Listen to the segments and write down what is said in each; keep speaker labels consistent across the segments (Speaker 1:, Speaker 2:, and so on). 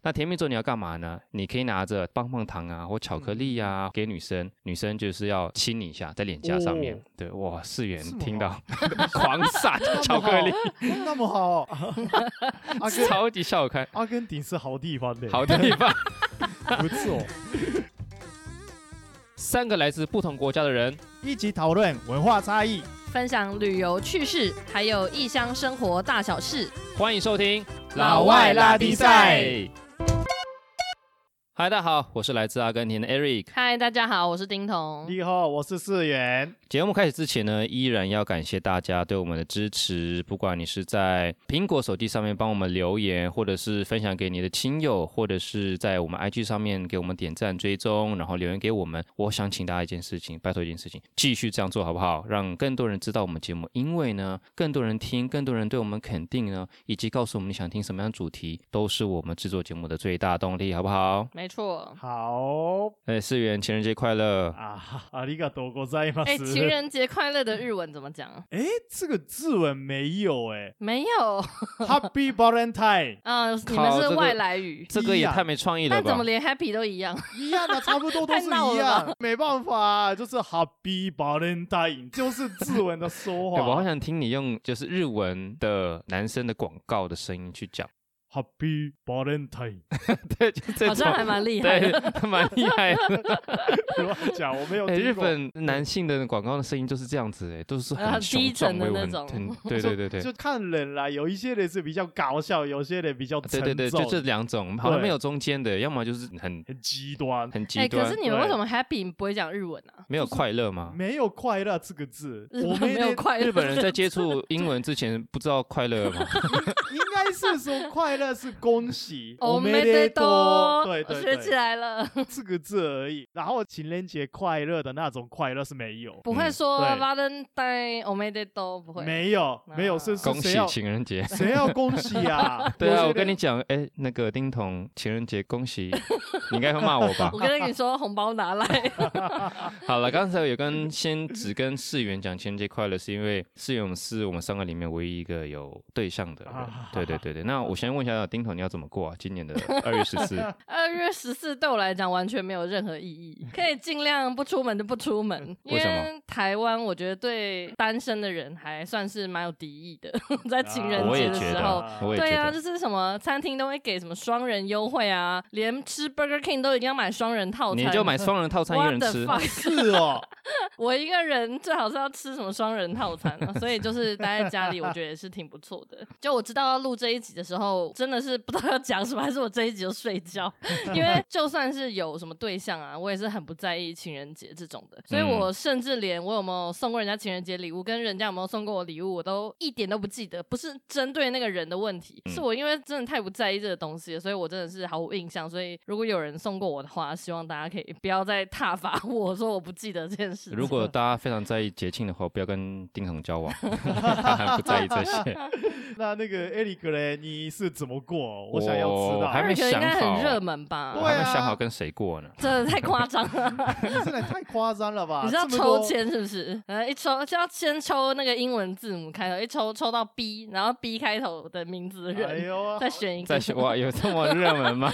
Speaker 1: 那甜蜜咒你要干嘛呢？你可以拿着棒棒糖啊或巧克力
Speaker 2: 嗯
Speaker 1: 啊给女生，女生就是要亲你一下在脸颊上面。
Speaker 3: 哦
Speaker 1: 对，哇，世元
Speaker 3: 这么
Speaker 1: 听
Speaker 3: 好
Speaker 1: 到狂 撒 巧克力，
Speaker 3: 那么好，阿根
Speaker 1: 超级笑开。
Speaker 3: 阿根廷是好地方的，
Speaker 1: 好地方，
Speaker 3: 不错。
Speaker 1: 三个来自不同国家的人，
Speaker 3: 一起讨论文化差异，
Speaker 2: 分享旅游趣事，还有异乡生活大小事。
Speaker 1: 欢迎收听
Speaker 2: 老外拉
Speaker 3: 力赛。
Speaker 1: 嗨，大家好，我是来自阿根廷的 Eric。
Speaker 2: 嗨，大家好，我是丁彤。
Speaker 3: 你好，我是世元。
Speaker 1: 节目开始之前呢，依然要感谢大家对我们的支持。不管你是在苹果手机上面帮我们留言，或者是分享给你的亲友，或者是在我们 IG 上面给我们点赞、追踪，然后留言给我们。我想请大家一件事情，拜托一件事情，继续这样做好不好？让更多人知道我们节目，因为呢，更多人听，更多人对我们肯定呢，以及告诉我们你想听什么样的主题，都是我们制作节目的最大动力，好不好？
Speaker 2: 没错，
Speaker 3: 好
Speaker 1: 哎，思源，情人节快乐！
Speaker 3: 啊，ありがとうございます。
Speaker 2: 哎、情人节快乐的日文怎么讲？
Speaker 3: 哎，这个字文没有哎
Speaker 2: 没有，
Speaker 3: ，Happy Valentine
Speaker 2: 嗯、你
Speaker 1: 靠
Speaker 2: 们
Speaker 1: 这
Speaker 2: 是
Speaker 1: 个
Speaker 2: 外来语，
Speaker 1: 这个也
Speaker 3: 一样
Speaker 1: 太没创意了
Speaker 2: 但
Speaker 1: 吧
Speaker 2: 怎么！连 happy 都一样？
Speaker 3: 一样的，差不多都是
Speaker 2: 太闹
Speaker 3: 一
Speaker 2: 了
Speaker 3: 样，没办法啊，就是 Happy Valentine 就是字文的说
Speaker 1: 欸我好
Speaker 3: 法。
Speaker 1: 想听你用就是日文的男生的广告的声音去讲，
Speaker 3: Happy Valentine，
Speaker 1: 对，就这种
Speaker 2: 好像还蛮厉害的。
Speaker 1: 对， 蛮厉害的。
Speaker 3: 不要讲，我没有
Speaker 1: 哎、
Speaker 3: 听
Speaker 1: 日
Speaker 3: 过。
Speaker 1: 本男性的广告的声音就是这样子、哎，都是
Speaker 2: 呃
Speaker 1: 很
Speaker 2: 很低
Speaker 1: 雄壮
Speaker 2: 沉的
Speaker 1: 威
Speaker 2: 那
Speaker 1: 武
Speaker 2: 种
Speaker 1: 很对对对对，
Speaker 3: 就看人啦，有一些人是比较搞笑，有些人比较沉
Speaker 1: 啊对对
Speaker 3: 重，
Speaker 1: 对，就这两种，好像没有中间的，要么就是很
Speaker 3: 很 极端。
Speaker 1: 很极
Speaker 2: 哎、
Speaker 1: 端，
Speaker 2: 可是你们
Speaker 3: 对
Speaker 2: 为什么 happy 不会讲日文 啊？
Speaker 1: 没有快乐吗？
Speaker 3: 没有快乐这个字，
Speaker 2: 日
Speaker 3: 我
Speaker 2: 本
Speaker 3: 们
Speaker 2: 没有快乐，
Speaker 1: 日本人在接触英文之前不知道快乐吗？
Speaker 3: 应该是说快乐是恭 喜，
Speaker 2: 我
Speaker 3: め
Speaker 2: 没得
Speaker 3: で
Speaker 2: 多
Speaker 3: と，对对嗯
Speaker 2: 学起
Speaker 3: 对，
Speaker 2: 来了，
Speaker 3: 这个字而已。然后情人节快乐的那种快乐是没有，
Speaker 2: 不会说
Speaker 3: 对
Speaker 2: Valentine，我没得多，不会。
Speaker 3: 没有没有，
Speaker 2: 啊
Speaker 3: 是是
Speaker 1: 恭
Speaker 3: 谁
Speaker 1: 喜
Speaker 3: 要
Speaker 1: 情人节。
Speaker 3: 谁要恭喜啊？
Speaker 1: 对啊，我跟
Speaker 3: 你
Speaker 1: 你讲，哎、那个丁彤，情人节恭喜，你应该会骂我吧
Speaker 2: 我？跟你说，红包拿来。
Speaker 1: 好了，刚才有跟先只跟世元讲情人节快乐，是因为世元我们是我们三个里面唯一一个有对象的人
Speaker 3: 啊。
Speaker 1: 对对对对，那我先问一下丁彤，你要怎么过啊？今年的二月十四，
Speaker 2: 二月呃十四对我来讲完全没有任何意义， 可以尽量不出门就不出门。因
Speaker 1: 为什么
Speaker 2: 台湾我觉得对单身的人还算是蛮有敌意的， 在情人
Speaker 1: 啊我
Speaker 2: 节
Speaker 1: 也
Speaker 2: 的
Speaker 1: 觉
Speaker 2: 时
Speaker 1: 得
Speaker 2: 候。
Speaker 1: 我也觉
Speaker 2: 对啊，
Speaker 1: 得
Speaker 2: 就是什么餐厅都会给什么双人优惠啊，连吃 Burger King 都一定要买双人套餐。
Speaker 1: 你就买双人套餐，一个
Speaker 2: What
Speaker 1: 人
Speaker 2: the
Speaker 1: 吃。
Speaker 2: fuck？
Speaker 3: 是哦，
Speaker 2: 我一个人最好是要吃什么双人套餐啊，所以就是待在家里，我觉得也是挺不错的。就我知道要录这一集的时候，真的是不知道要讲什么，还是我这一集就睡觉，因为就算是有什么对象啊，我也是很不在意情人节这种的，所以我甚至连我有没有送过人家情人节礼物，跟人家有没有送过我礼物，我都一点都不记得，不是针对那个人的问题，
Speaker 1: 嗯
Speaker 2: 是我因为真的太不在意这个东西了，所以我真的是毫无印象。所以如果有人送过我的话，希望大家可以不要再挞伐 我说我不记得这件事情。
Speaker 1: 如果大家非常在意节庆的话，不要跟丁彤交往，他还不在意这些。
Speaker 3: 那那个艾利克嘞，你是怎么过？我想要知
Speaker 1: 我还
Speaker 3: 道，
Speaker 1: 没想好
Speaker 2: 应该很热门吧？
Speaker 1: 我
Speaker 3: 对
Speaker 1: 还
Speaker 3: 啊
Speaker 1: 没想好跟谁过呢。
Speaker 2: 真的太夸张 了！
Speaker 3: 你真的太夸张了吧？
Speaker 2: 你是要
Speaker 3: 这么多
Speaker 2: 抽签是不是？呃，一抽就要先抽那个英文字母开头，一抽抽到 B，然后 B 开头的名字的
Speaker 3: 哎
Speaker 2: 人，
Speaker 3: 呦，
Speaker 2: 再选一
Speaker 1: 在
Speaker 2: 个。
Speaker 1: 哇，有这么热门吗？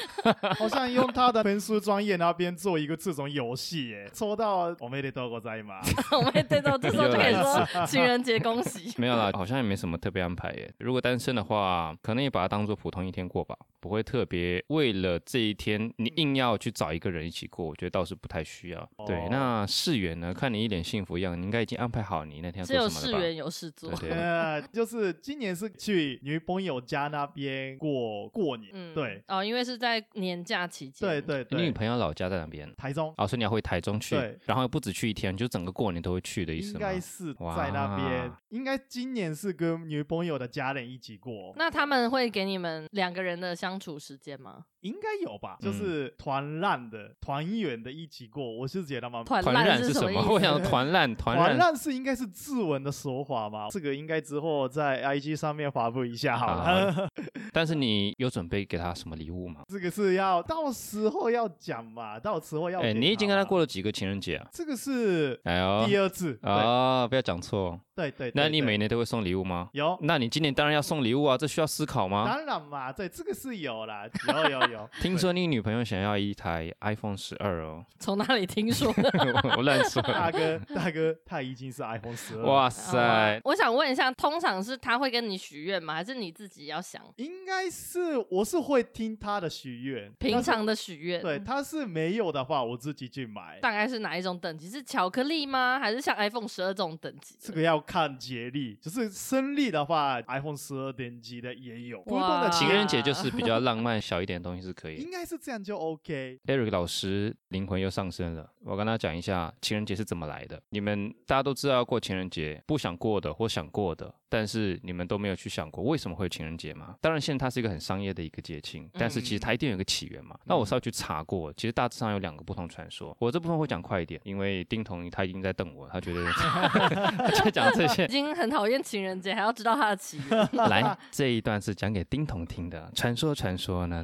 Speaker 3: 好像用他的 分数专业那边做一个这种游戏耶，抽到我没得多过在吗？
Speaker 2: 我们也对到这时候就可以
Speaker 1: 又
Speaker 2: 说情人节恭 喜。
Speaker 1: 没有啦，好像也没什么特别安排耶。如果单身的话，可能也把它当做普通一天过吧，不会特别为了这一天你硬要去找一个人一起过，我觉得倒是不太需要。对，那世元呢？看你一脸幸福一样，你应该已经安排好你那天要
Speaker 2: 只
Speaker 1: 做
Speaker 2: 有
Speaker 1: 什
Speaker 2: 世
Speaker 1: 么了吧？
Speaker 2: 元有事做
Speaker 1: 对。对对，
Speaker 3: 呃，就是今年是去女朋友家那边过过年，
Speaker 2: 嗯，
Speaker 3: 对
Speaker 2: 哦，因为是在年假期间。
Speaker 3: 对。对
Speaker 1: 你女
Speaker 3: 对，
Speaker 1: 朋友老家在哪边？
Speaker 3: 台中
Speaker 1: 哦，所以你要回台中去
Speaker 3: 对，
Speaker 1: 然后不止去一天，就整个过年都会去的意思啊
Speaker 3: 应
Speaker 1: 吗？
Speaker 3: 该是在那边
Speaker 1: 哇，
Speaker 3: 应该今年是跟女朋友的家人一起过，
Speaker 2: 那他们会给你们两个人的相处时间吗？
Speaker 3: 应该有吧？
Speaker 1: 嗯
Speaker 3: 就是团烂的、团圆的一起过，我是觉得蛮。
Speaker 2: 团
Speaker 1: 团
Speaker 2: 烂
Speaker 1: 烂是
Speaker 2: 什
Speaker 1: 什
Speaker 2: 么意
Speaker 1: 么？
Speaker 2: 思？
Speaker 1: 我想团烂，团
Speaker 3: 团
Speaker 1: 烂。
Speaker 3: 烂是应该是自文的手法吧？这个应该之后在 IG 上面发布一下好了。
Speaker 1: 啊但是你有准备给他什么礼物吗？
Speaker 3: 这个是要到时候要讲嘛，到时候要。
Speaker 1: 哎哎，你已经跟他过。了几个情人节啊？
Speaker 3: 这个是次，
Speaker 1: 哎呦，
Speaker 3: 第二次，
Speaker 1: 啊，不要讲错。
Speaker 3: 对对对。
Speaker 1: 那你
Speaker 3: 对
Speaker 1: 每年都会送礼物吗？
Speaker 3: 有？
Speaker 1: 那你今年当然要送礼物啊，这需要思考吗？
Speaker 3: 当然嘛，对，这个是有啦，有有有。
Speaker 1: 听说你女朋友想要一台 iPhone 十二哦，
Speaker 2: 从哪里听说的？
Speaker 1: 我乱说。
Speaker 3: 大哥，大哥，他已经是 iPhone 十二。
Speaker 1: 哇
Speaker 2: 啊
Speaker 1: 塞，
Speaker 2: 我想问一下，通常是他会跟你许愿吗？还是你自己要想？
Speaker 3: 应该是我是会听他的许愿，
Speaker 2: 平
Speaker 3: 但是
Speaker 2: 常的许愿，
Speaker 3: 对，他是没有的话，我自己去买。
Speaker 2: 大概是哪一种等级？是巧克力吗？还是像 iPhone 十二这种等级的？
Speaker 3: 这个要看节力，就是生力的话，iPhone 十二点几的也有，不断的
Speaker 2: 哇
Speaker 1: 情
Speaker 3: 节
Speaker 1: 人节就是比较浪漫小一点的东西是可以的
Speaker 3: 应。该是这样就 OK。
Speaker 1: Eric 老师灵魂又上升了。我跟他讲一下情人节是怎么来的。你们大家都知道要过情人节，不想过的或想过的，但是你们都没有去想过为什么会有情人节吗？当然，现在它是一个很商业的一个节庆，但是其实它一定有一个起源嘛。那我稍微去查过，其实大致上有两个不同传说。我这部分会讲快一点，因为丁彤他已经在瞪我，他觉得 他在讲这些
Speaker 2: 已。经很讨厌情人节，还要知道它的起 源。
Speaker 1: 来，这一段是讲给丁彤听的。传说，传说呢，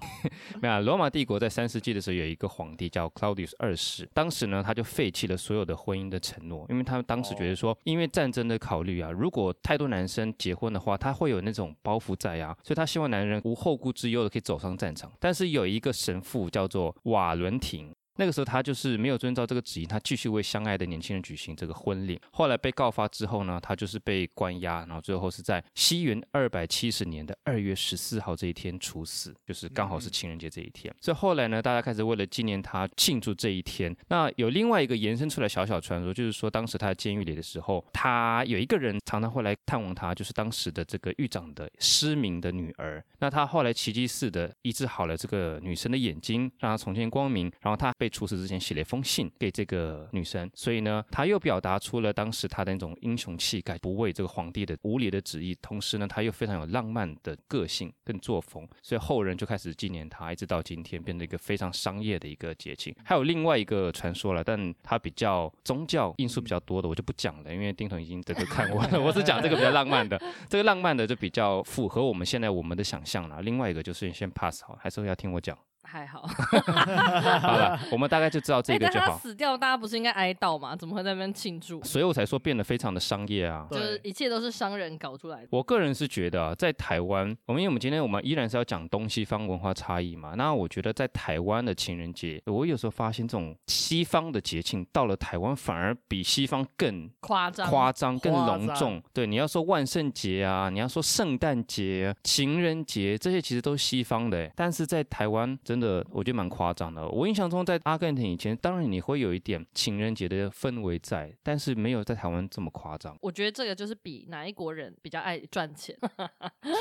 Speaker 1: 没有啊、罗马帝国在三世纪的时候有一个皇帝叫 Claudius 二世，当时呢他就废弃了所有的婚姻的承诺，因为他当时觉得说，因为战争的考虑啊，如果太多男生结婚的话，他会有那种包袱在啊，所以他希望男人无后顾之忧的可以走上战场。但是有一个神父叫做瓦伦廷。那个时候他就是没有遵照这个旨意，他继续为相爱的年轻人举行这个婚礼。后来被告发之后呢，他就是被关押，然后最后是在西元二百七十年的二月十四号这一天处死，就是刚好是
Speaker 3: 嗯
Speaker 1: 情人节这一天。所以后来呢，大家开始为了纪念他庆祝这一天。那有另外一个延伸出来小小传说，就是说当时他在监狱里的时候，他有一个人常常会来探望他，就是当时的这个狱长的失明的女儿。那他后来奇迹似的医治好了这个女生的眼睛，让她重见光明。然后他被处死之前写了一封信给这个女生，所以呢，他又表达出了当时他的那种英雄气概，不为这个皇帝的无理的旨意，同时呢，他又非常有浪漫的个性跟作风，所以后人就开始纪念他，一直到今天变成一个非常商业的一个节庆。还有另外一个传说了，但它比较宗教因素比较多的，我就不讲了，因为丁彤已经这个看完 了，我只讲这个比较浪漫的，这个浪漫的就比较符合我们现在我们的想象了。另外一个就是你先 pass 好，还是要听我讲。
Speaker 2: 还好，
Speaker 3: 啊
Speaker 1: 好了，我们大概就知道这
Speaker 2: 哎，
Speaker 1: 个
Speaker 2: 但
Speaker 1: 就
Speaker 2: 他
Speaker 1: 好，
Speaker 2: 死掉，大家不是应该哀悼吗？怎么会在那边庆祝？
Speaker 1: 所以我才说变得非常的商业啊。
Speaker 2: 就是
Speaker 3: 对，
Speaker 2: 一切都是商人搞出来的。
Speaker 1: 我个人是觉得啊，在台湾，我们因为我们今天我们依然是要讲东西方文化差异嘛。那我觉得在台湾的情人节，我有时候发现这种西方的节庆到了台湾反而比西方更
Speaker 2: 夸张，
Speaker 1: 夸张、更
Speaker 3: 夸
Speaker 1: 隆
Speaker 3: 张
Speaker 1: 重。对，你要说万圣节啊，你要说圣诞节、情人节，这些其实都是西方的欸，但是在台湾真的我觉得蛮夸张的。我印象中，在阿根廷以前，当然你会有一点情人节的氛围在，但是没有在台湾这么夸张。
Speaker 2: 我觉得这个就是比哪一国人比较爱赚钱，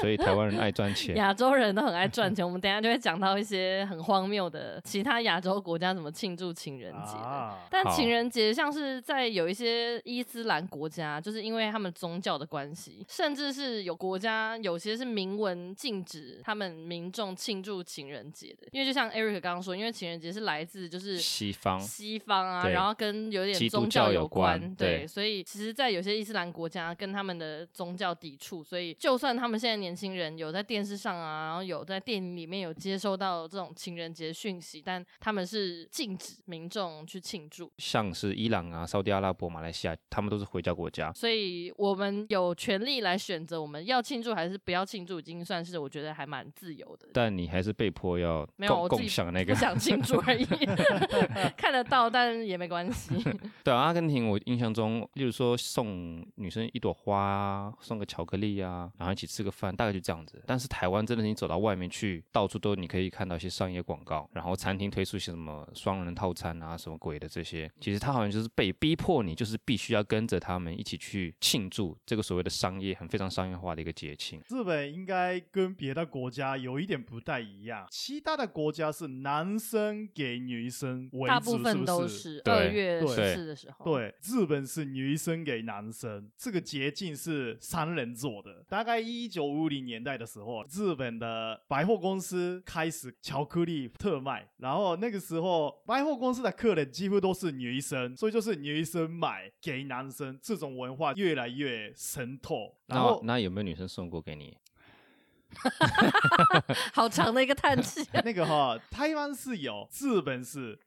Speaker 1: 所以台湾人爱赚 钱。
Speaker 2: 亚洲人都很 爱赚钱。我们等一下就会讲到一些很荒谬的其他亚洲国家怎么庆祝情人节的。
Speaker 3: 啊，
Speaker 2: 但
Speaker 1: 好
Speaker 2: 情人节像是在有一些伊斯兰国家，就是因为他们宗教的关系，甚至是有国家有些是明文禁止他们民众庆祝情人节的，因为就像 Eric 刚刚说，因为情人节是来自就是
Speaker 1: 西方
Speaker 2: 西方啊，
Speaker 1: 对
Speaker 2: 然后跟有
Speaker 1: 基
Speaker 2: 点
Speaker 1: 督
Speaker 2: 宗
Speaker 1: 教有
Speaker 2: 有
Speaker 1: 关
Speaker 2: 对，
Speaker 1: 对
Speaker 2: 所以其实，在有些伊斯兰国家跟他们的宗教抵触，所以就算他们现在年轻人有在电视上啊，然后有在电影里面有接收到这种情人节讯息，但他们是禁止民众去庆祝。
Speaker 1: 像是伊朗啊、沙特阿拉伯、马来西亚，他们都是回教国家。
Speaker 2: 所以我们有权利来选择我们要庆祝还是不要庆祝，已经算是我觉得还蛮自由的。
Speaker 1: 但你还是被迫要
Speaker 2: 没有
Speaker 1: 共
Speaker 2: 我自己
Speaker 1: 共享那
Speaker 2: 不
Speaker 1: 个，
Speaker 2: 想庆祝而已， 看得到，但也没关系。
Speaker 1: 对啊，阿根廷，我印象中，例如说送女生一朵花啊，送个巧克力啊，然后一起吃个饭，大概就这样子。但是台湾真的，你走到外面去，到处都你可以看到一些商业广告，然后餐厅推出一些什么双人套餐啊，什么鬼的这些，其实他好像就是被逼迫你，就是必须要跟着他们一起去庆祝这个所谓的商业，很非常商业化的一个节庆。
Speaker 3: 日本应该跟别的国家有一点不太一样，其他的国家是男生给女生为主，
Speaker 2: 大部分
Speaker 3: 是
Speaker 2: 都
Speaker 3: 不
Speaker 2: 是哦
Speaker 1: 对
Speaker 2: 二月
Speaker 3: 对
Speaker 2: 十四的时候。，
Speaker 3: 对，日本是女生给男生，这个捷径是商人做的。大概一九五零年代的时候，日本的百货公司开始巧克力特卖，然后那个时候百货公司的客人几乎都是女生，所以就是女生买给男生，这种文化越来越渗透。然
Speaker 1: 那
Speaker 3: 后
Speaker 1: 那有没有女生送过给你？
Speaker 2: 好长的一个叹气。
Speaker 3: 那个哈，台湾是有，日本是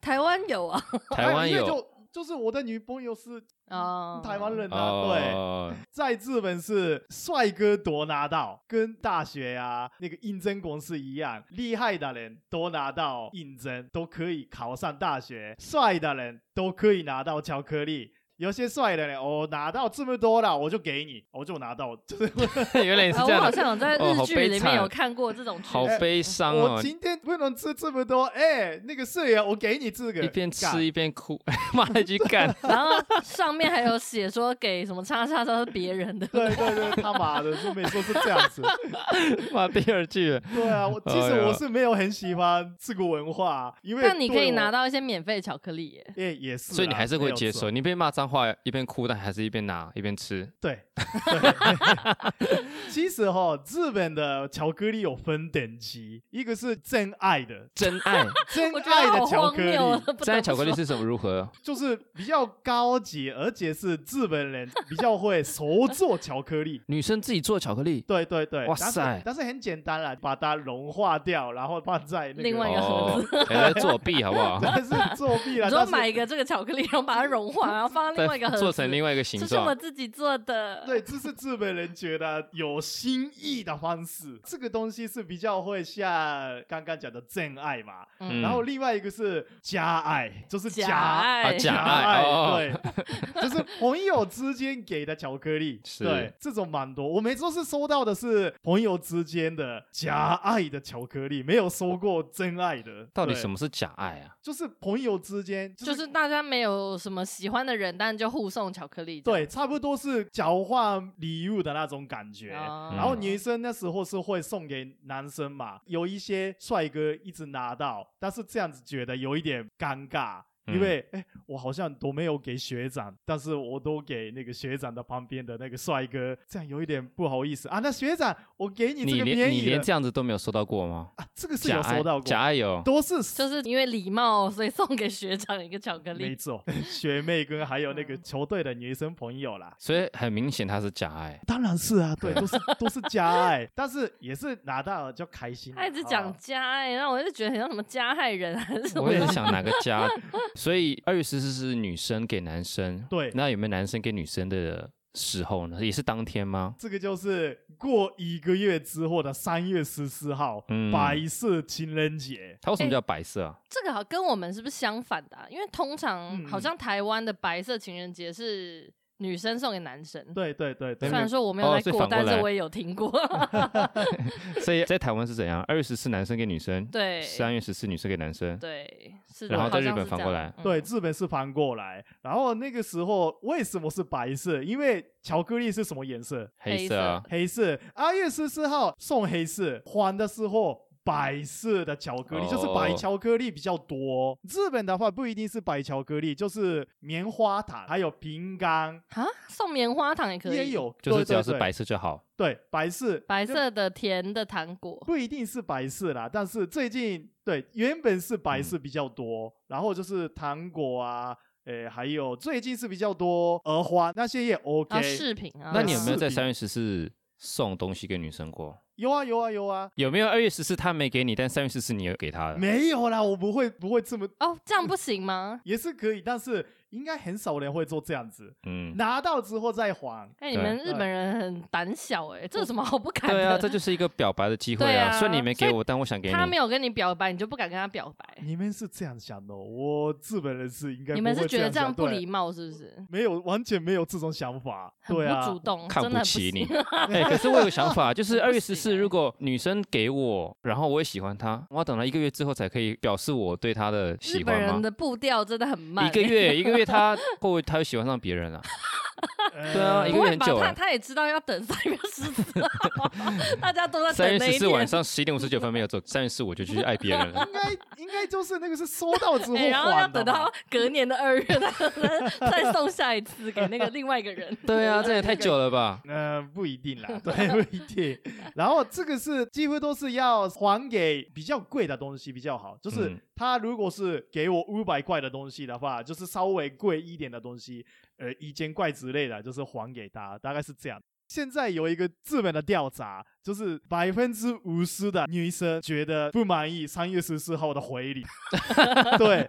Speaker 2: 台湾有啊，
Speaker 1: 台湾
Speaker 3: 因为
Speaker 1: 有
Speaker 3: 就就是我的女朋友是
Speaker 2: 哦，
Speaker 3: 台湾人啊，对，
Speaker 1: 哦，
Speaker 3: 在日本是帅哥多拿到，跟大学啊那个应征公司一样，厉害的人都拿到应征，都可以考上大学；帅的人都可以拿到巧克力。有些帅的人，我、拿到这么多了，我就给你，我就拿到， 就是
Speaker 1: 原来是
Speaker 2: 啊，
Speaker 1: 这
Speaker 2: 我
Speaker 1: 样
Speaker 2: 好
Speaker 1: 的，
Speaker 2: 像有在
Speaker 1: 哦
Speaker 2: 日
Speaker 1: 好
Speaker 2: 剧
Speaker 1: 悲
Speaker 2: 里面
Speaker 1: 惨
Speaker 2: 有看过这种剧，
Speaker 1: 好悲伤
Speaker 3: 我
Speaker 1: 哦。
Speaker 3: 今天不能吃这么多，哎、那个社员我给你这个，
Speaker 1: 一边吃
Speaker 3: 干啊
Speaker 1: 一边哭， 骂了一句干，
Speaker 2: 然后上面还有写说给什么叉叉叉是别人的，
Speaker 3: 对对对，他妈的，就没说是这样子。
Speaker 1: 骂第二句了，
Speaker 3: 对啊，我其
Speaker 1: 哎
Speaker 3: 实
Speaker 1: 呀
Speaker 3: 我是没有很喜欢这个文化，啊因为
Speaker 2: 但你可以
Speaker 3: 对我
Speaker 2: 拿，到一些免费巧克力耶。
Speaker 3: 也也是啦，啊
Speaker 1: 所以你还是
Speaker 3: 没
Speaker 1: 会
Speaker 3: 有
Speaker 1: 接
Speaker 3: 错
Speaker 1: 受。你被骂脏话一边哭，但还是一边拿一边吃。
Speaker 3: 对， 其实哈、日本的巧克力有分等级，一个是真爱的，
Speaker 1: 真爱，
Speaker 3: 真
Speaker 2: 我觉
Speaker 3: 爱
Speaker 2: 得
Speaker 3: 的
Speaker 2: 好
Speaker 3: 巧
Speaker 2: 荒
Speaker 3: 克
Speaker 2: 谬啊
Speaker 3: 力！
Speaker 2: 不
Speaker 1: 真爱
Speaker 2: 得
Speaker 1: 巧
Speaker 2: 不
Speaker 1: 克力
Speaker 2: 说
Speaker 1: 是什么？如何？。
Speaker 3: 就是比较高级，而且是日本人比较会手做巧克力
Speaker 1: 女生自己做巧克力，
Speaker 3: 对对对，
Speaker 1: 哇
Speaker 3: 但是
Speaker 1: 塞
Speaker 3: 但是很简单啦，把它融化掉，然后放在那个
Speaker 2: 另外换一 个盒
Speaker 1: 哦，还在作弊好不好？
Speaker 3: 但是作弊
Speaker 1: 啊
Speaker 3: 啦，但
Speaker 2: 你说
Speaker 3: 是
Speaker 2: 买一个这个巧克力，然后把它融化，然后放到另外一个盒
Speaker 1: 再
Speaker 2: 子，
Speaker 1: 做成另外一个形
Speaker 2: 这是我
Speaker 1: 状，
Speaker 2: 自己做 的。
Speaker 3: 对，这是日本人觉得有新意的方式。这个东西是比较会像刚刚讲的真爱嘛，
Speaker 2: 嗯，
Speaker 3: 然后另外一个是加爱，就是
Speaker 2: 假哎
Speaker 3: 假
Speaker 1: 啊假
Speaker 3: 爱，
Speaker 2: 爱，
Speaker 1: 爱哦
Speaker 3: 对，就是朋友之间给的巧克力，
Speaker 1: 是
Speaker 3: 对，这种蛮多。我每次都是收到的是朋友之间的假爱的巧克力，没有收过真爱的。
Speaker 1: 到底
Speaker 3: 对
Speaker 1: 什？么是假爱啊？
Speaker 3: 就是朋友之间，就、
Speaker 2: 就是是大家没有什么喜欢的人，但就互送巧克力。
Speaker 3: 对，，差不多是交换礼物的那种感觉。
Speaker 2: 哦
Speaker 3: 然后女生那时候是会送给男生嘛，有一些帅哥一直拿到，但是这样子觉得有一点尴尬。
Speaker 1: 嗯
Speaker 3: 因为哎、我好像都没有给学长，但是我都给那个学长的旁边的那个帅哥，这样有一点不好意思啊。那学长，我给你这
Speaker 1: 你
Speaker 3: 个
Speaker 1: 连
Speaker 3: 便
Speaker 1: 你
Speaker 3: 宜
Speaker 1: 连
Speaker 3: 的
Speaker 1: 这样子都没有收到过吗？
Speaker 3: 啊，这个是
Speaker 1: 假
Speaker 3: 有收
Speaker 1: 爱
Speaker 3: 到过，
Speaker 1: 假爱有，
Speaker 3: 都是
Speaker 2: 就是因为礼貌，所以送给学长一个巧克
Speaker 3: 没
Speaker 2: 力。
Speaker 3: 错，学妹跟还有那
Speaker 2: 嗯
Speaker 3: 个球队的女生朋友啦，
Speaker 1: 所以很明显他是假爱。
Speaker 3: 当然是啊，对，
Speaker 1: 对
Speaker 3: 都是 都是加爱，但是也是拿到了就开心啊。
Speaker 2: 他一直
Speaker 3: 好
Speaker 2: 讲
Speaker 3: 吧
Speaker 2: 加哎，让我就觉得很像什么加害人啊还是什 么
Speaker 1: 我。也是想哪个家，所以二月十四是女生给男生，
Speaker 3: 对
Speaker 1: 那有没有男生给女生的时候呢？也是当天吗？
Speaker 3: 这个就是过一个月之后的三月十四号，
Speaker 1: 嗯
Speaker 3: 白色情人节。
Speaker 1: 它为
Speaker 2: 哎
Speaker 1: 什么叫白色啊？
Speaker 2: 这个好跟我们是不是相反的、啊？因为通常
Speaker 3: 嗯
Speaker 2: 好像台湾的白色情人节是女生送给男生。
Speaker 3: 对对对对
Speaker 2: 虽，然说我没有
Speaker 1: 哦
Speaker 2: 来
Speaker 1: 所以
Speaker 2: 过，
Speaker 1: 反过
Speaker 2: 但是
Speaker 1: 来
Speaker 2: 我也有 听过。
Speaker 1: 所以在台湾是怎样？二月十四男生给女生，
Speaker 2: 对
Speaker 1: 三月十四女生给男生，
Speaker 2: 对，是的。
Speaker 1: 然后在
Speaker 2: 好像
Speaker 1: 日本
Speaker 2: 是
Speaker 1: 反
Speaker 2: 这
Speaker 1: 过
Speaker 2: 样
Speaker 1: 来，
Speaker 2: 嗯
Speaker 3: 对，日本是翻过来。然后那个时候为什么是白色？因为巧克力是什么颜色？
Speaker 1: 黑色啊，
Speaker 3: 黑色。二月十四号送黑色，还的时候。白色的巧克力、就是白
Speaker 1: 哦
Speaker 3: 巧克力比较多。日本的话不一定是白巧克力，就是棉花糖，还有饼干
Speaker 2: 啊，送棉花糖也可以，
Speaker 3: 也有，
Speaker 1: 就是
Speaker 3: 对
Speaker 1: 只要
Speaker 3: 对
Speaker 1: 是
Speaker 3: 对
Speaker 1: 白色就好。
Speaker 3: 对，白色，
Speaker 2: 白
Speaker 3: 就
Speaker 2: 色的甜的糖果。
Speaker 3: 不一定是白色啦，但是最近对原本是
Speaker 1: 嗯
Speaker 3: 白色比较多，然后就是糖果啊，诶，还有最近是比较多耳环那些也 OK、
Speaker 2: 啊，饰品啊，
Speaker 1: 那你有没有在
Speaker 3: 是
Speaker 1: 三月十四送东西给女生过？
Speaker 3: 有啊有啊有啊，
Speaker 1: 有没有二月十四他没给你，但三月十四你有给他的？
Speaker 3: 没有啦，我不会不会这么
Speaker 2: 哦，这样不行吗？
Speaker 3: 也是可以，但是应该很少人会做这样子，
Speaker 1: 嗯，
Speaker 3: 拿到之后再还。
Speaker 2: 哎，你
Speaker 1: 对
Speaker 2: 们日本人很胆小哎，这有什么好不敢的？
Speaker 1: 对啊，这就是一个表白的机会
Speaker 2: 对啊
Speaker 1: 虽然你没
Speaker 2: 所
Speaker 1: 给
Speaker 2: 以
Speaker 1: 我，但我想给你。
Speaker 2: 他没有跟你表白，你就不敢跟他表白。
Speaker 3: 你们是这样想的哦、我日本人是应该
Speaker 2: 哎你们
Speaker 3: 不会
Speaker 2: 是觉得
Speaker 3: 这
Speaker 2: 这样
Speaker 3: 样
Speaker 2: 不
Speaker 3: 想
Speaker 2: 礼，貌是不是
Speaker 3: 对？没有完全没有这种想法，
Speaker 2: 很
Speaker 3: 对
Speaker 2: 不主
Speaker 3: 啊，
Speaker 2: 动，
Speaker 1: 看
Speaker 2: 真
Speaker 1: 不
Speaker 2: 的很
Speaker 1: 起你
Speaker 2: 行。
Speaker 1: 哎、可是我有个想 法，就是二月十
Speaker 2: 不行
Speaker 1: 四，
Speaker 2: 欸
Speaker 1: 如果女生给我，然后我也喜欢她，我要等到一个月之后才可以表示我对她的
Speaker 2: 日
Speaker 1: 喜
Speaker 2: 本
Speaker 1: 欢
Speaker 2: 人
Speaker 1: 吗？
Speaker 2: 的步调真的很慢，
Speaker 1: 一个 月，一个月她会不会她又喜欢上别人啊？对啊
Speaker 3: 呃
Speaker 1: 一
Speaker 2: 不
Speaker 1: 个月
Speaker 2: 会
Speaker 1: 很
Speaker 2: 吧？
Speaker 1: 久
Speaker 2: 他
Speaker 1: 了
Speaker 2: 他也知道要等三月十四号， 大家都在
Speaker 1: 三
Speaker 2: 等
Speaker 1: 月
Speaker 2: 那
Speaker 1: 十
Speaker 2: 一
Speaker 1: 四晚
Speaker 2: 天。
Speaker 1: 上十一点五十九分没有走，三月四我就去爱别人了。
Speaker 3: 应该应该就是那个是收到之后
Speaker 2: 哎，然后要
Speaker 3: 还的
Speaker 2: 等
Speaker 3: 嘛
Speaker 2: 到。隔年的二月， 再再送下一次给那个另外一个人。
Speaker 1: 对啊，这也太久了 吧？
Speaker 3: 呃，不一定啦，对，不一定。然后这个是几乎都是要还给比较贵的东西比较好，就是
Speaker 1: 嗯
Speaker 3: 他如果是给我五百块的东西的话，就是稍微贵一点的东西，呃，一千块之类的，就是还给他，大概是这样。现在有一个日本的调查，就是百分之五十的女生觉得不满意三月十四号的回礼， 对，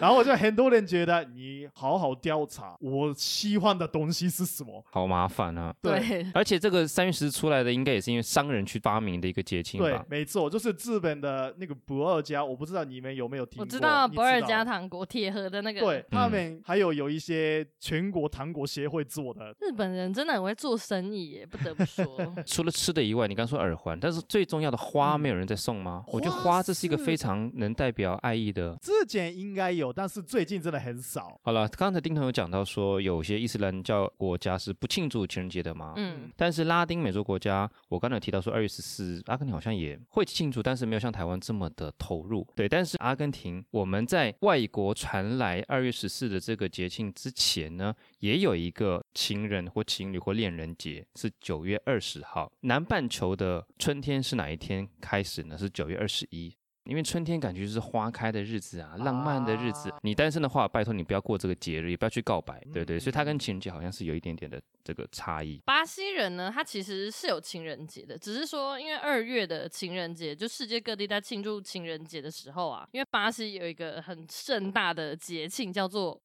Speaker 3: 然后就很多人觉得你好好调查我希望的东西是什么，
Speaker 1: 好麻烦啊！
Speaker 3: 对。
Speaker 2: 对，
Speaker 1: 而且这个三月十出来的，应该也是因为商人去发明的一个节庆
Speaker 3: 对
Speaker 1: 吧，？
Speaker 3: 没错，就是日本的那个不二家，我不知道你们有没有听过。
Speaker 2: 我知道
Speaker 3: 你
Speaker 2: 不二家糖果铁盒的那个，
Speaker 3: 对他
Speaker 1: 嗯。
Speaker 3: 们还有有一些全国糖果协会做的，
Speaker 2: 日本人真的很会做生意耶，不得不说
Speaker 1: 除了吃的以外，你刚说耳环，但是最重要的花，
Speaker 3: 嗯
Speaker 1: 没有人在送吗？我觉得
Speaker 3: 花
Speaker 1: 花这是一个
Speaker 3: 是
Speaker 1: 非常能代表爱意的。
Speaker 3: 之前应该有，但是最近真的很少。
Speaker 1: 好了，刚才丁彤有讲到说，有些伊斯兰教国家是不庆祝情人节的嘛，
Speaker 2: 嗯，
Speaker 1: 但是拉丁美洲国家，我刚才有提到说二月十四，阿根廷好像也会庆祝，但是没有像台湾这么的投入。对，但是阿根廷，我们在外国传来二月十四的这个节庆之前呢，也有一个情人或情侣或恋人节，是九月二十号。南半球的春天是哪一天开始呢？是九月二十一。因为春天感觉就是花开的日子啊，浪漫的日子。
Speaker 3: 啊
Speaker 1: 你单身的话，拜托你不要过这个节日，也不要去告白，对对。
Speaker 3: 嗯
Speaker 1: 所以它跟情人节好像是有一点点的这个差异。
Speaker 2: 巴西人呢，他其实是有情人节的，只是说因为二月的情人节，就世界各地在庆祝情人节的时候啊，因为巴西有一个很盛大的节庆叫做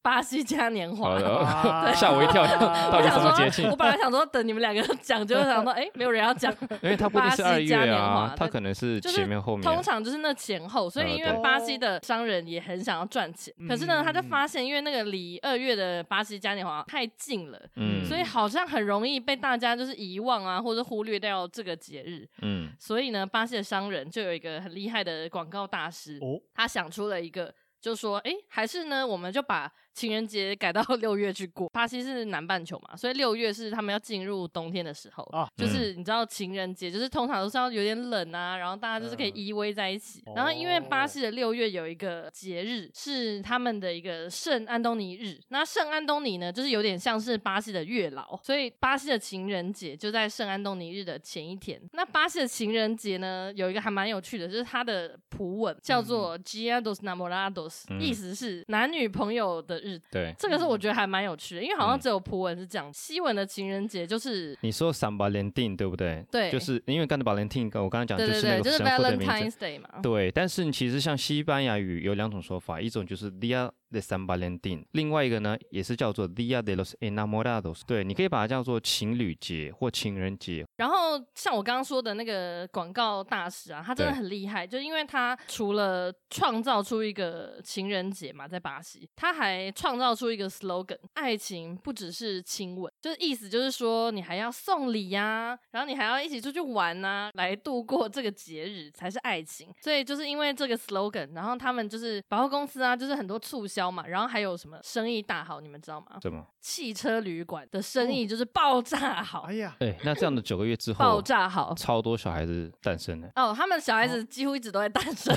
Speaker 2: 巴西嘉年华。
Speaker 1: 好的
Speaker 3: 啊
Speaker 1: 吓我一跳到
Speaker 2: 我
Speaker 1: 底
Speaker 2: 想
Speaker 1: 什么
Speaker 2: 说，
Speaker 1: 节庆
Speaker 2: 我本来想说等你们两个讲，结果想说，哎、没有人要讲。
Speaker 1: 因为它不一定是
Speaker 2: 巴
Speaker 1: 二
Speaker 2: 西
Speaker 1: 月
Speaker 2: 嘉年
Speaker 1: 啊
Speaker 2: 华，
Speaker 1: 它
Speaker 2: 对
Speaker 1: 可能是
Speaker 2: 就
Speaker 1: 前
Speaker 2: 是
Speaker 1: 面后
Speaker 2: 通
Speaker 1: 面。
Speaker 2: 常就是那前后，所
Speaker 1: 呃
Speaker 2: 以因为
Speaker 1: 对嗯
Speaker 2: 巴西的商人也很想要赚钱，可是呢，他就发现因为那个离二月的巴西嘉年华太近了，
Speaker 1: 嗯，
Speaker 2: 所以好像很容易被大家就是遗忘啊，或者忽略掉这个节日。
Speaker 1: 嗯，
Speaker 2: 所以呢，巴西的商人就有一个很厉害的广告大师，
Speaker 3: 哦，
Speaker 2: 他想出了一个，就说，诶，还是呢，我们就把情人节改到 六月去过。巴西是南半球嘛，所以六月是他们要进入冬天的时候
Speaker 3: 啊
Speaker 2: 就是你知道情人节，就是通常都是要有点冷啊，然后大家就是可以
Speaker 3: 嗯
Speaker 2: 依偎在一起。
Speaker 3: 哦
Speaker 2: 然后因为巴西的六月有一个节日是他们的一个圣安东尼日，那圣安东尼呢，就是有点像是巴西的月老，所以巴西的情人节就在圣安东尼日的前一天。那巴西的情人节呢，有一个还蛮有趣的，就是它的葡文叫做 Dia dos Namorados，、
Speaker 1: 嗯
Speaker 2: 意思是男女朋友的日子。
Speaker 1: 对。
Speaker 2: 这个是我觉得还蛮有趣的，因为好像
Speaker 1: 嗯
Speaker 2: 只有葡文是这样，西文的情人节就是
Speaker 1: 你说 San Valentin 对不对？
Speaker 2: 对
Speaker 1: 就是因为刚才 Valentin，我刚刚讲
Speaker 2: 对对
Speaker 1: 是
Speaker 2: 对，
Speaker 1: 那
Speaker 2: 就
Speaker 1: 个
Speaker 2: 是
Speaker 1: 神父的名
Speaker 2: Valentine's
Speaker 1: 字。
Speaker 2: Day 嘛。
Speaker 1: 对，但是其实像西班牙语有两种说法，一种就是 Dia de San Valentin，另外一个呢也是叫做 Dia de los Enamorados。对，你可以把它叫做情侣节或情人节。
Speaker 2: 然后像我刚刚说的那个广告大师啊，他真的
Speaker 1: 对
Speaker 2: 很厉害，就因为他除了创造出一个情人节嘛，在巴西，他还创造出一个 slogan：爱情不只是亲吻，就是意思就是说你还要送礼呀、然后你还要一起出去玩呐、来度过这个节日才是爱情。所以就是因为这个 slogan，然后他们就是百货公司啊，就是很多促销嘛，然后还有什么生意大好，你们知道吗？
Speaker 1: 什么？
Speaker 2: 汽车旅馆的生意就是爆炸好。
Speaker 3: 哎呀，
Speaker 1: 哎，那这样的九个月之
Speaker 2: 爆
Speaker 1: 后，
Speaker 2: 炸好，
Speaker 1: 超多小孩子诞生了。
Speaker 2: 哦，他们小孩子几乎一直都在单 身，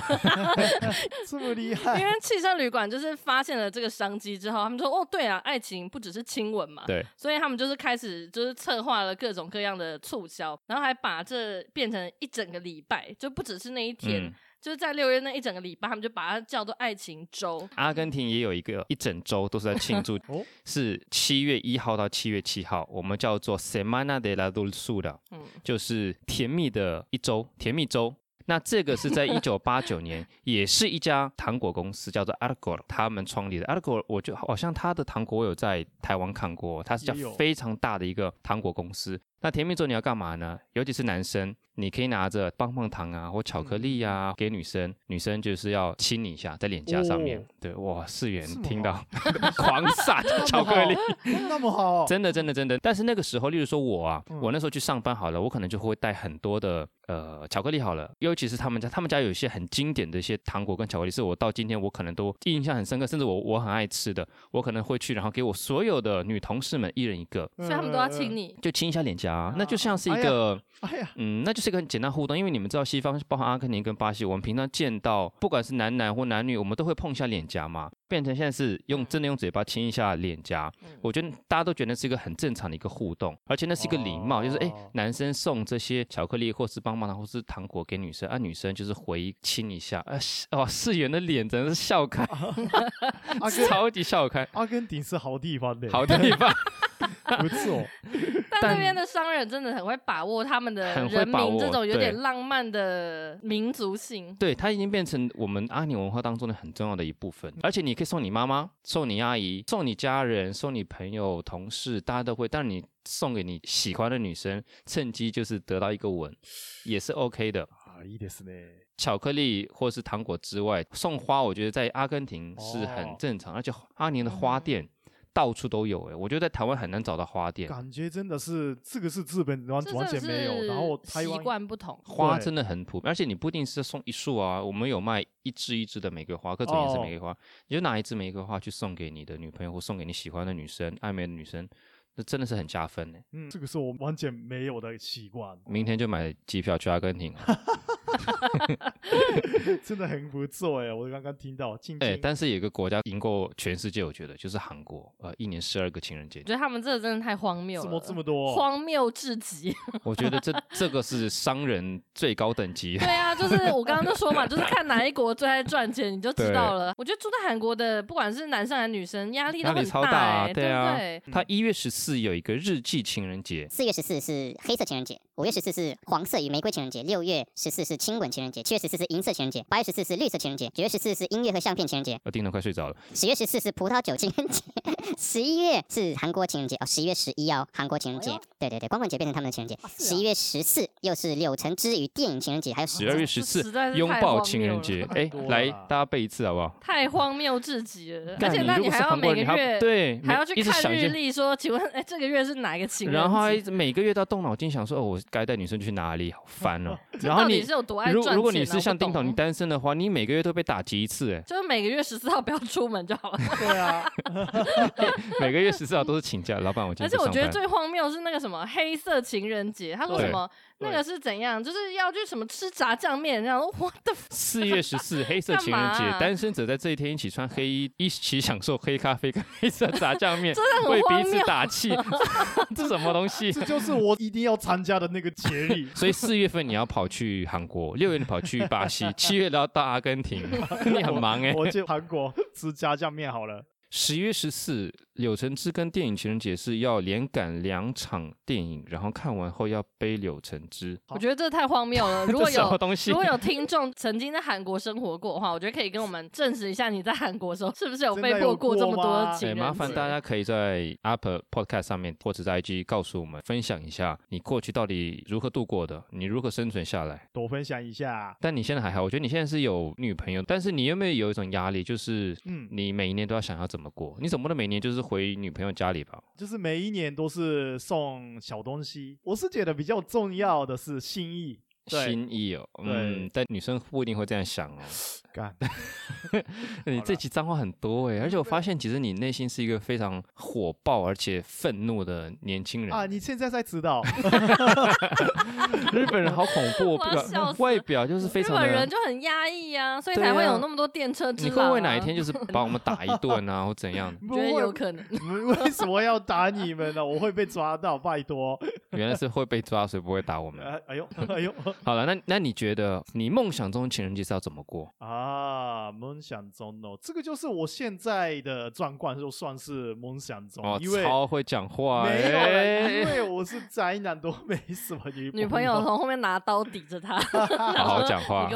Speaker 3: 这么厉
Speaker 2: 因
Speaker 3: 害，
Speaker 2: 为汽车旅馆就是发现了这个商机之后，他们说哦，对啊，爱情不只是亲吻嘛，
Speaker 1: 对，
Speaker 2: 所以他们就是开始就是策划了各种各样的促销，然后还把这变成一整个礼拜，就不只是那一天，
Speaker 1: 嗯，
Speaker 2: 就是在六月那一整个礼拜，他们就把它叫做爱情周。
Speaker 1: 阿根廷也有一个一整周都是在庆祝
Speaker 3: 哦，
Speaker 1: 是七月一号到七月七号，我们叫做 Semana de la Dulzura，
Speaker 2: 嗯，
Speaker 1: 就是甜蜜的一周，甜蜜周。那这个是在一九八九年，也是一家糖果公司叫做 Argor，他们创立的 Argor，我就好像他的糖果我有在台湾看过，它是叫
Speaker 3: 也有
Speaker 1: 非常大的一个糖果公司。那甜蜜周你要干嘛呢？尤其是男生，你可以拿着棒棒糖啊或巧克力
Speaker 3: 嗯
Speaker 1: 啊给女生，女生就是要亲你一下在脸颊上面。
Speaker 3: 哦
Speaker 1: 对，哇，世元
Speaker 3: 这么
Speaker 1: 听
Speaker 3: 好
Speaker 1: 到 狂撒 巧克力，
Speaker 3: 那么好，
Speaker 1: 真的，真的，真的。但是那个时候，例如说我啊，
Speaker 3: 哦嗯
Speaker 1: 我那时候去上班好了，我可能就会带很多的呃巧克力好了，尤其是他们家，他们家有一些很经典的一些糖果跟巧克力，是我到今天我可能都印象很深刻，甚至我我很爱吃的，我可能会去，然后给我所有的女同事们一人一个。
Speaker 3: 嗯
Speaker 2: 所以他们都要亲
Speaker 3: 你。
Speaker 2: 你，
Speaker 1: 就亲一下脸颊、啊
Speaker 2: 哦
Speaker 1: 那就像是一
Speaker 3: 哎呀
Speaker 1: 个，
Speaker 3: 哎 呀，
Speaker 1: 嗯，那就是一个很简单互动。因为你们知道，西方包含阿根廷跟巴西，我们平常见到不管是男男或男女，我们都会碰一下脸颊嘛，变成现在是用
Speaker 2: 嗯
Speaker 1: 真的用嘴巴亲一下脸颊，
Speaker 2: 嗯
Speaker 1: 我觉得大家都觉得是一个很正常的一个互动，而且那是一个礼貌，就是哎
Speaker 3: 哦，
Speaker 1: 男生送这些巧克力或是棒棒糖或是糖果给女生，啊，女生就是回亲一下，啊，是哦，世元的脸真的是笑 开，
Speaker 3: 阿根
Speaker 1: 超级笑开，
Speaker 3: 阿根廷是好地方的，
Speaker 1: 好地方，
Speaker 3: 不 错，呃
Speaker 2: 但那边的商人真的很会把握他们的
Speaker 1: 很会
Speaker 2: 人
Speaker 1: 把
Speaker 2: 民这
Speaker 1: 握
Speaker 2: 种有
Speaker 1: 对
Speaker 2: 点浪漫的民族性。
Speaker 1: 对，它已经变成我们阿尼文化当中的很重要的一部分。而且你可以送你妈妈、送你阿姨、送你家人、送你朋友、同事，大家都会。但你送给你喜欢的女生，趁机就是得到一个吻，也是 OK 的。
Speaker 3: 啊，いいですね。
Speaker 1: 巧克力或是糖果之外，送花，我觉得在阿根廷是
Speaker 3: 哦
Speaker 1: 很正常，而且阿尼的花店到处都有、诶，欸我觉得在台湾很难找到花店，
Speaker 3: 感觉真的是这个是日本完
Speaker 2: 这
Speaker 3: 完
Speaker 2: 真的
Speaker 3: 全没有，
Speaker 2: 是
Speaker 3: 然后台
Speaker 2: 习
Speaker 3: 湾
Speaker 2: 惯不同，
Speaker 1: 花
Speaker 3: 对
Speaker 1: 真的很普遍，而且你不一定是送一束啊，我们有卖一支一支的玫瑰花，各种颜色
Speaker 3: 哦
Speaker 1: 玫瑰花，你就拿一支玫瑰花去送给你的女朋友或送给你喜欢的女生、暧昧的女生，那真的是很加分呢、欸
Speaker 3: 嗯，这个是我完全没有的习惯，
Speaker 1: 明天就买机票去阿根廷啊，
Speaker 3: 真的很不错哎。我刚刚听到，静
Speaker 1: 哎、
Speaker 3: 静
Speaker 1: 但是有一个国家赢过全世界，我觉得就是韩国，呃，一年十二个情人节
Speaker 2: 我觉，得他们这真的太荒谬了，
Speaker 3: 怎么这么多？哦
Speaker 2: 荒谬至 极。
Speaker 1: 我觉得 这这个是商人最高等级
Speaker 2: 对。啊，就是我刚刚就说嘛，就是看哪一国最爱赚钱，你就知道了。我觉得住在韩国的，不管是男生还是女生，压力都
Speaker 1: 压力
Speaker 2: 很
Speaker 1: 超
Speaker 2: 大、
Speaker 1: 啊，
Speaker 2: 欸，
Speaker 1: 对
Speaker 2: 不
Speaker 1: 啊
Speaker 2: 对？。
Speaker 1: 他一月十四有一个日记情人节，
Speaker 4: 四月十四是黑色情人节，五月十四是黄色与玫瑰情人节，六月十四是亲吻情人节，七月十四是银色情人节，八月十四是绿色情人节，九月十四是音乐和相片情人节，
Speaker 1: 呃，丁总快睡着
Speaker 2: 啊
Speaker 1: 了。
Speaker 4: 十月十四是葡萄酒情人节，十一月是韩国情人节哦，十一月十一哦，韩国情人
Speaker 2: 哎
Speaker 4: 节
Speaker 2: 呦，
Speaker 4: 对对对，光棍节变成他们的情人节，十一月十四又是柳橙汁与电影情人节，还有
Speaker 1: 十二月
Speaker 2: 这
Speaker 1: 十
Speaker 2: 实
Speaker 1: 四
Speaker 2: 在是
Speaker 1: 拥
Speaker 2: 太
Speaker 1: 抱
Speaker 2: 荒
Speaker 1: 情
Speaker 2: 谬
Speaker 1: 人
Speaker 2: 了
Speaker 1: 节，哎
Speaker 3: 多，
Speaker 1: 来
Speaker 3: 啦
Speaker 1: 大家背一次好不好？
Speaker 2: 太荒谬至极了。而
Speaker 1: 干
Speaker 2: 且那
Speaker 1: 如果
Speaker 2: 还
Speaker 1: 是
Speaker 2: 要
Speaker 1: 韩国
Speaker 2: 每个
Speaker 1: 人，你还
Speaker 2: 月
Speaker 1: 对，
Speaker 2: 还
Speaker 1: 每
Speaker 2: 要去
Speaker 1: 一直
Speaker 2: 看
Speaker 1: 想一
Speaker 2: 日
Speaker 1: 些，
Speaker 2: 历说，请问哎，这个月是哪一个情人节？
Speaker 1: 然后还一直每个月都要动脑筋想说，哦，我该带女生去哪里？好烦哦。然后
Speaker 2: 到底
Speaker 1: 你
Speaker 2: 是，有多爱
Speaker 1: 如
Speaker 2: 赚钱啊？
Speaker 1: 如果你
Speaker 2: 我
Speaker 1: 是
Speaker 2: 不
Speaker 1: 像丁
Speaker 2: 懂，
Speaker 1: 董，你单身的话，你每个月都被打击一次，哎
Speaker 2: 就是每个月十四号不要出门就 好了。
Speaker 3: 对啊，
Speaker 1: 每个月十四号都是请假，老板我今天
Speaker 2: 而且
Speaker 1: 不
Speaker 2: 我
Speaker 1: 上
Speaker 2: 觉得
Speaker 1: 班。
Speaker 2: 最荒谬是那个什么黑色情人节，他说
Speaker 1: 对
Speaker 2: 什么那
Speaker 3: 对
Speaker 2: 个是怎样，就是要去什么吃炸酱面，然后我的
Speaker 1: 四月十四黑色情人节
Speaker 2: 干嘛啊，
Speaker 1: 单身者在这一天一起穿黑衣，一起享受黑咖啡跟黑色炸酱面，
Speaker 2: 真的很
Speaker 1: 为
Speaker 2: 荒
Speaker 1: 彼此
Speaker 2: 谬。
Speaker 1: 打 气，这什么东西？ 。
Speaker 3: 这就是我一定要参加的那个节日
Speaker 1: 所以四月份你要跑去韩国，六月你跑去巴西，七月你要到阿根廷， 你很忙哎、
Speaker 3: 我去韩国吃炸酱面好了。
Speaker 1: 十月十四，柳橙汁跟电影情人节是要连赶两场电影，然后看完后要背柳橙汁。
Speaker 2: 我觉得这太荒 谬了。如
Speaker 1: 这
Speaker 2: 果
Speaker 1: 什么
Speaker 2: 有
Speaker 1: 东西
Speaker 2: 如？果有听众曾经在韩国生活过的话，我觉得可以跟我们证实一下，你在韩国的时候 是不是有
Speaker 3: 真
Speaker 2: 被
Speaker 3: 的有
Speaker 2: 迫过这么
Speaker 3: 过吗
Speaker 2: 多
Speaker 1: 哎，
Speaker 2: 情人节？
Speaker 1: 麻烦大家可以在 Apple Podcast 上面或者在 IG 告诉我们，分享一下你过去到底如何度过的，你如何生存下来。
Speaker 3: 多分享一下。
Speaker 1: 但你现在还好，我觉得你现在是有女朋友，但是你有没有有一种压力，就是
Speaker 3: 嗯
Speaker 1: 你每一年都要想要怎么过？你总不能每年就是回女朋友家里吧？
Speaker 3: 就是每一年都是送小东西，我是觉得比较重要的是心意。对，
Speaker 1: 心意哦，嗯，但女生不一定会这样想哦。
Speaker 3: 干，
Speaker 1: 你
Speaker 3: 好
Speaker 1: 这
Speaker 3: 啦
Speaker 1: 集脏话很多哎、而且我发现其实你内心是一个非常火爆而且愤怒的年轻人。
Speaker 2: 哦
Speaker 3: 啊！你现在才知道，
Speaker 1: 日本人好恐 怖，
Speaker 2: 我要笑
Speaker 1: 表
Speaker 2: 死
Speaker 1: 外表就是非
Speaker 2: 日
Speaker 1: 常
Speaker 2: 本
Speaker 1: 的
Speaker 2: 人。就很压抑啊，所以
Speaker 1: 对
Speaker 2: 才会
Speaker 1: 啊
Speaker 2: 有那么多电车之
Speaker 1: 你
Speaker 2: 狼、
Speaker 1: 会不会哪一天？ 就是把我们打一顿啊，或怎样？
Speaker 2: 我觉得
Speaker 3: 不会
Speaker 2: 有可能。
Speaker 3: 你们为什么要打你们呢？我会被抓到，拜托！
Speaker 1: 原来是会被抓，所以不会打我们。
Speaker 3: 哎哎呦，哎呦
Speaker 1: 好了，那那你觉得你梦想中情人节是要怎么过？
Speaker 3: 啊！梦想中哦，这个就是我现在的状况，就算是梦想中，
Speaker 1: 哦
Speaker 3: 因为，
Speaker 1: 超哎会讲话
Speaker 3: 没有 了，因
Speaker 1: 哎，
Speaker 3: 为我是宅男，都没什么女
Speaker 2: 女朋友 从后面拿刀抵着他，
Speaker 1: 好好讲话
Speaker 2: 你给。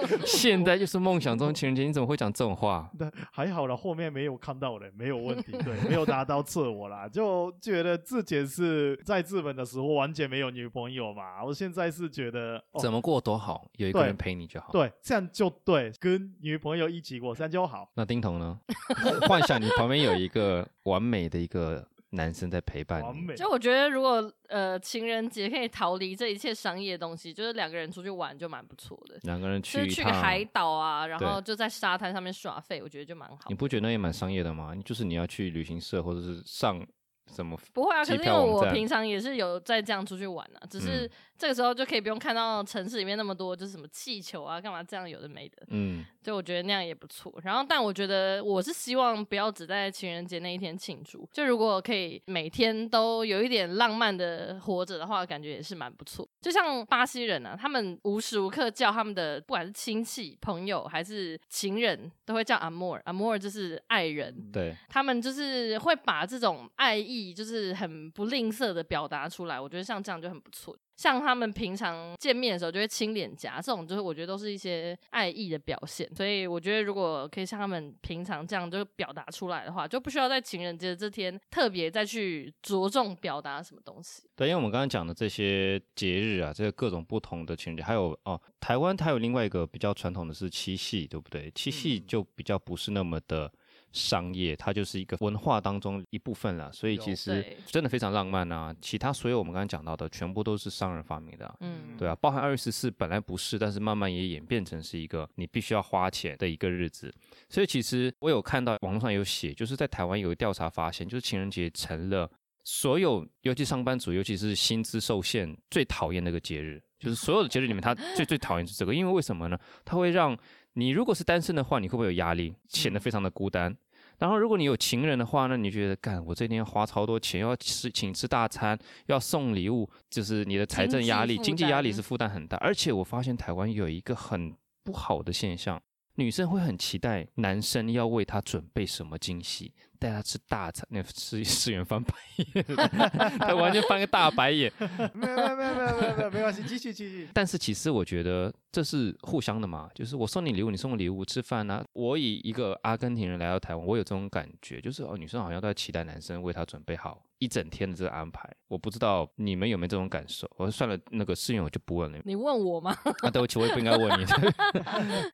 Speaker 2: 我
Speaker 1: 现在就是梦想中情人节，你怎么会讲这种话？
Speaker 3: 但还好了，后面没有看到人，没有问题，对，没有拿刀刺我啦，就觉得自己是在日本的时候完全没有女朋友嘛，我现在是觉得，哦、
Speaker 1: 怎么过多好，有一个
Speaker 3: 对
Speaker 1: 人陪你就好。
Speaker 3: 对，这样就对，跟女朋友一起过，这样就好。
Speaker 1: 那丁彤呢？ 幻想你旁边有一个完美的一个男生在陪伴
Speaker 3: 完
Speaker 1: 哎你，
Speaker 3: 美，
Speaker 2: 就我觉得，如果呃情人节可以逃离这一切商业东西，就是两个人出去玩就蛮不错的，
Speaker 1: 两个人
Speaker 2: 就
Speaker 1: 去
Speaker 2: 是
Speaker 1: 一
Speaker 2: 去
Speaker 1: 趟
Speaker 2: 个，海岛啊，然
Speaker 1: 对
Speaker 2: 后就在沙滩上面耍废，我觉得就蛮好
Speaker 1: 你。不觉得那也蛮商业的吗？就是你要去旅行社或者是上什么
Speaker 2: 不会啊，
Speaker 1: 机
Speaker 2: 可是因为
Speaker 1: 票网
Speaker 2: 我
Speaker 1: 站嗯
Speaker 2: 平常也是有在这样出去玩啊，只是这个时候就可以不用看到城市里面那么多就是什么气球啊，干嘛这样有的没的，
Speaker 1: 嗯，
Speaker 2: 就我觉得那样也不错。然后，但我觉得我是希望不要只在情人节那一天庆祝，就如果可以每天都有一点浪漫的活着的话，感觉也是蛮不错。就像巴西人啊，他们无时无刻叫他们的不管是亲戚、朋友还是情人，都会叫 amor，amor 就是爱人。
Speaker 1: 对，
Speaker 2: 他们就是会把这种爱意，就是很不吝啬的表达出来。我觉得像这样就很不错。像他们平常见面的时候就会亲脸颊，这种就是我觉得都是一些爱意的表现。所以我觉得如果可以像他们平常这样就表达出来的话，就不需要在情人节这天特别再去着重表达什么东西。
Speaker 1: 对，因为我们刚刚讲的这些节日啊，这些各种不同的情人节，还有哦，台湾它有另外一个比较传统的是七夕，对不对？七夕
Speaker 3: 嗯
Speaker 1: 就比较不是那么的商业，它就是一个文化当中一部分啦，所以其
Speaker 3: 有
Speaker 1: 实
Speaker 2: 对
Speaker 1: 真的非常浪漫啊。其他所有我们刚刚讲到的，全部都是商人发明的啊、
Speaker 2: 嗯，
Speaker 1: 对啊，包含二月十四本来不是，但是慢慢也演变成是一个你必须要花钱的一个日子。所以其实我有看到网络上有写，就是在台湾有调查发现，就是情人节成了所有，尤其上班族，尤其是薪资受限最讨厌的一个节日。就是所有的节日里面，他最最讨厌是这个，因为为什么呢？它会让你如果是单身的话，你会不会有压力，显
Speaker 2: 嗯
Speaker 1: 得非常的孤单？然后，如果你有情人的话，那你觉得干我这天要花超多钱，又要吃请吃大餐，又要送礼物，就是你的财政压力、
Speaker 2: 经济负
Speaker 1: 经
Speaker 2: 担
Speaker 1: 济压力是负担很大。而且我发现台湾有一个很不好的现象，女生会很期待男生要为她准备什么惊喜，带她吃大餐，那吃 吃员翻白眼， 她完全翻个大白眼。
Speaker 3: 没有没有没有没有没有没有没关系，继续继续。
Speaker 1: 但是其实我觉得这是互相的嘛，就是我送你礼物，你送我礼物，吃饭啊。我以一个阿根廷人来到台湾，我有这种感觉，就是哦，女生好像都在期待男生为她准备好一整天的这个安排。我不知道你们有没有这种感受。我说算了，那个事情我就不问了。
Speaker 2: 你问我吗？
Speaker 1: 啊，对不起，我也不应该问你。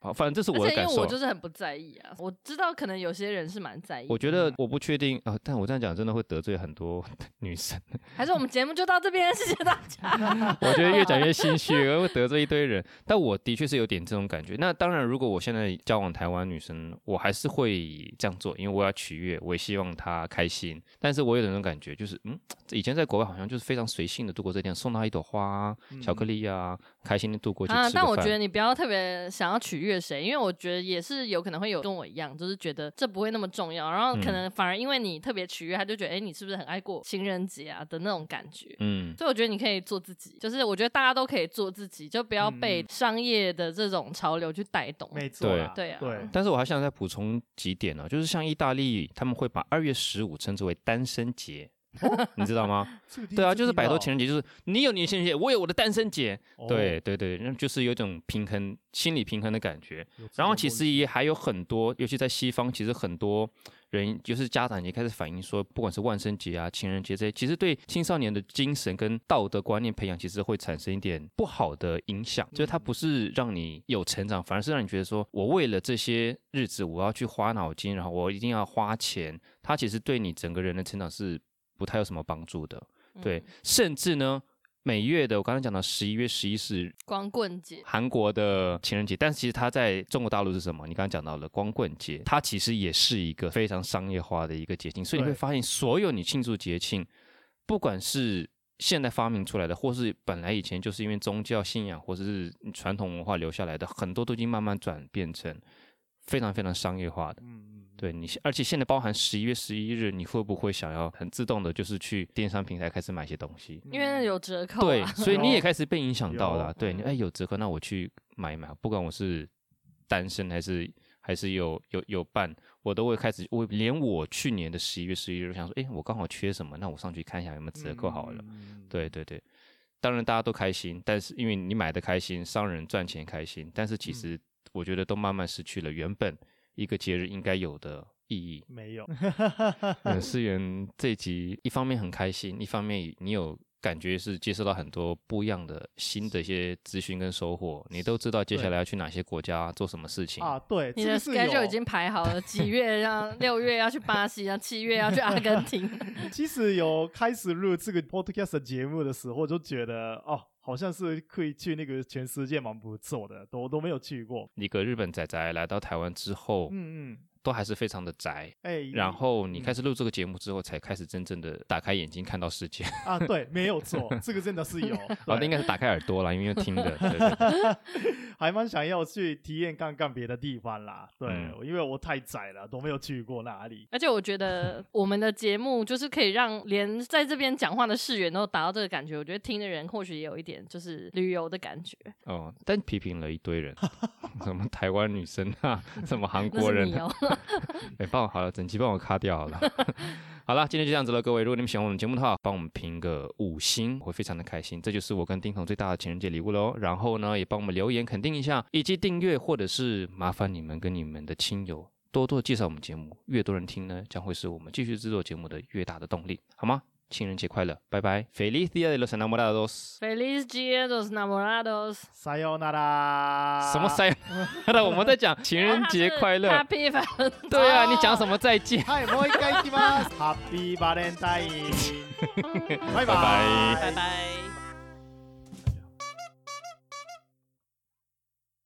Speaker 1: 好，反正这是我
Speaker 2: 而
Speaker 1: 的
Speaker 2: 且因
Speaker 1: 感
Speaker 2: 为
Speaker 1: 受
Speaker 2: 我。就是很不在意啊，我知道可能有些人是蛮在意的。
Speaker 1: 我觉得我不确定啊、但我这样讲真的会得罪很多 女生。
Speaker 2: 还是我们节目就到这边，谢谢大家。
Speaker 1: 我觉得越讲越心虚，会得罪一堆人。但我的确是有点这种感觉。那当然，如果我现在交往台湾女生，我还是会这样做，因为我要取悦，我也希望她开心。但是我有那种感觉，就是嗯，以前在国外好像就是非常随性的度过这一天，送她一朵花啊、巧克力啊，开心的度过去吃个
Speaker 2: 啊，
Speaker 1: 饭。
Speaker 2: 但我觉得你不要特别想要取悦谁，因为我觉得也是有可能会有跟我一样，就是觉得这不会那么重要，然后可
Speaker 1: 嗯
Speaker 2: 能反而因为你特别取悦，他就觉得哎、诶你是不是很爱过情人节啊的那种感觉。
Speaker 1: 嗯，
Speaker 2: 所以我觉得你可以做自己，就是我觉得大家都可以做自己，就不要被
Speaker 3: 嗯
Speaker 2: 商业的这种潮流去带动。
Speaker 3: 没错啦，
Speaker 2: 对对啊
Speaker 3: 对，
Speaker 1: 但是我还想再补充几点呢、就是像意大利，他们会把二月十五称之为单身节， 你知道吗？
Speaker 3: 这个第一
Speaker 1: 对啊，
Speaker 3: 次
Speaker 1: 就是
Speaker 3: 听
Speaker 1: 摆脱
Speaker 3: 到
Speaker 1: 情人节，就是你有你的情人节，我有我的单身节。
Speaker 3: 哦
Speaker 1: 对对对，那就是有一种平衡心理平衡的感觉。
Speaker 3: 有这
Speaker 1: 然后
Speaker 3: 种
Speaker 1: 其
Speaker 3: 东
Speaker 1: 实
Speaker 3: 西
Speaker 1: 也还有很多，尤其在西方，其实很多人就是家长也开始反映说，不管是万圣节啊、情人节这些，其实对青少年的精神跟道德观念培养，其实会产生一点不好的影响。就是它不是让你有成长，反而是让你觉得说我为了这些日子，我要去花脑筋，然后我一定要花钱。它其实对你整个人的成长是不太有什么帮助的。对
Speaker 2: 嗯，，
Speaker 1: 甚至呢。每月的，我刚才讲到十一月十一是
Speaker 2: 光棍节，
Speaker 1: 韩国的情人节，但是其实它在中国大陆是什么？你刚刚讲到了光棍节，它其实也是一个非常商业化的一个节庆，所以你
Speaker 3: 对
Speaker 1: 会发现，所有你庆祝节庆，不管是现代发明出来的，或是本来以前就是因为宗教信仰或者是传统文化留下来的，很多都已经慢慢转变成非常非常商业化的。
Speaker 3: 嗯嗯，
Speaker 1: 对你，而且现在包含十一月十一日，你会不会想要很自动的，就是去电商平台开始买一些东西？
Speaker 3: 嗯
Speaker 2: 因为有折扣、啊。
Speaker 1: 对，所以你也
Speaker 3: 有
Speaker 1: 开始被影响到了啊、
Speaker 3: 哦有
Speaker 1: 对，你
Speaker 3: 嗯
Speaker 1: 哎有折扣，那我去买一买。不管我是单身还是还是有有有伴，我都会开始。我连我去年的十一月十一日，我想说，哎，我刚好缺什么，那我上去看一下有没有折扣好了。，
Speaker 3: 嗯，
Speaker 1: 对对对，当然大家都开心，但是因为你买的开心，商人赚钱开心，但是其
Speaker 3: 嗯
Speaker 1: 实我觉得都慢慢失去了原本一个节日应该有的意义。
Speaker 3: 没有，
Speaker 1: 嗯，思源这一集一方面很开心，一方面你有感觉是接受到很多不一样的新的一些资讯跟收获，你都知道接下来要去哪些国家做什么事情。
Speaker 3: 啊，对，
Speaker 2: 你
Speaker 3: 这
Speaker 2: 的
Speaker 3: 个是有
Speaker 2: schedule 已经排好了，几月要六月要去巴西，然后七月要去阿根 廷。
Speaker 3: 其实有开始录这个 podcast 节目的时候，就觉得哦，好像是可以去那个全世界蛮不错的，都都没有去过。
Speaker 1: 一个日本仔仔来到台湾之后，
Speaker 3: 嗯嗯，
Speaker 1: 都还是非常的宅。
Speaker 3: 哎，
Speaker 1: 然后你
Speaker 3: 嗯
Speaker 1: 开始录这个节目之后，才开始真正的打开眼睛看到世界，
Speaker 3: 啊，对，没有错，这个真的是 有，
Speaker 1: 哦，那
Speaker 3: 对
Speaker 1: 应该是打开耳朵啦，因为用听 的，对对对
Speaker 3: 还蛮想要去体验看看别的地方啦。对，
Speaker 1: 嗯
Speaker 3: 因为我太窄了，都没有去过哪里。
Speaker 2: 而且我觉得我们的节目就是可以让连在这边讲话的世员都达到这个感觉。我觉得听的人或许也有一点就是旅游的感觉。
Speaker 1: 哦，但批评了一堆 人，什么台湾女生啊，什么韩
Speaker 2: 那
Speaker 1: 国
Speaker 2: 是
Speaker 1: 人
Speaker 2: 你
Speaker 1: 啊，
Speaker 2: 哦，
Speaker 1: 哎、帮我好了，整期帮我卡掉好了。 好啦，今天就这样子了，各位。如果你们喜欢我们节目的话，帮我们评个五星，我会非常的开心。这就是我跟丁彤最大的情人节礼物喽。然后呢，也帮我们留言肯定一下，以及订阅，或者是麻烦你们跟你们的亲友多多介绍我们节目，越多人听呢，将会是我们继续制作节目的越大的动力，好吗？情人节快乐，拜 拜。Feliz Dia de los Enamorados。
Speaker 2: Feliz Dia dos Namorados，
Speaker 3: 塞欧那拉，
Speaker 1: 什么？塞？ 那我们在讲情人节快 乐。
Speaker 2: ，Happy v a l e n
Speaker 1: 对啊，你讲什么再见？
Speaker 3: 嗨，我一开始吗？Happy Valentine，拜
Speaker 1: 拜拜
Speaker 2: 拜拜。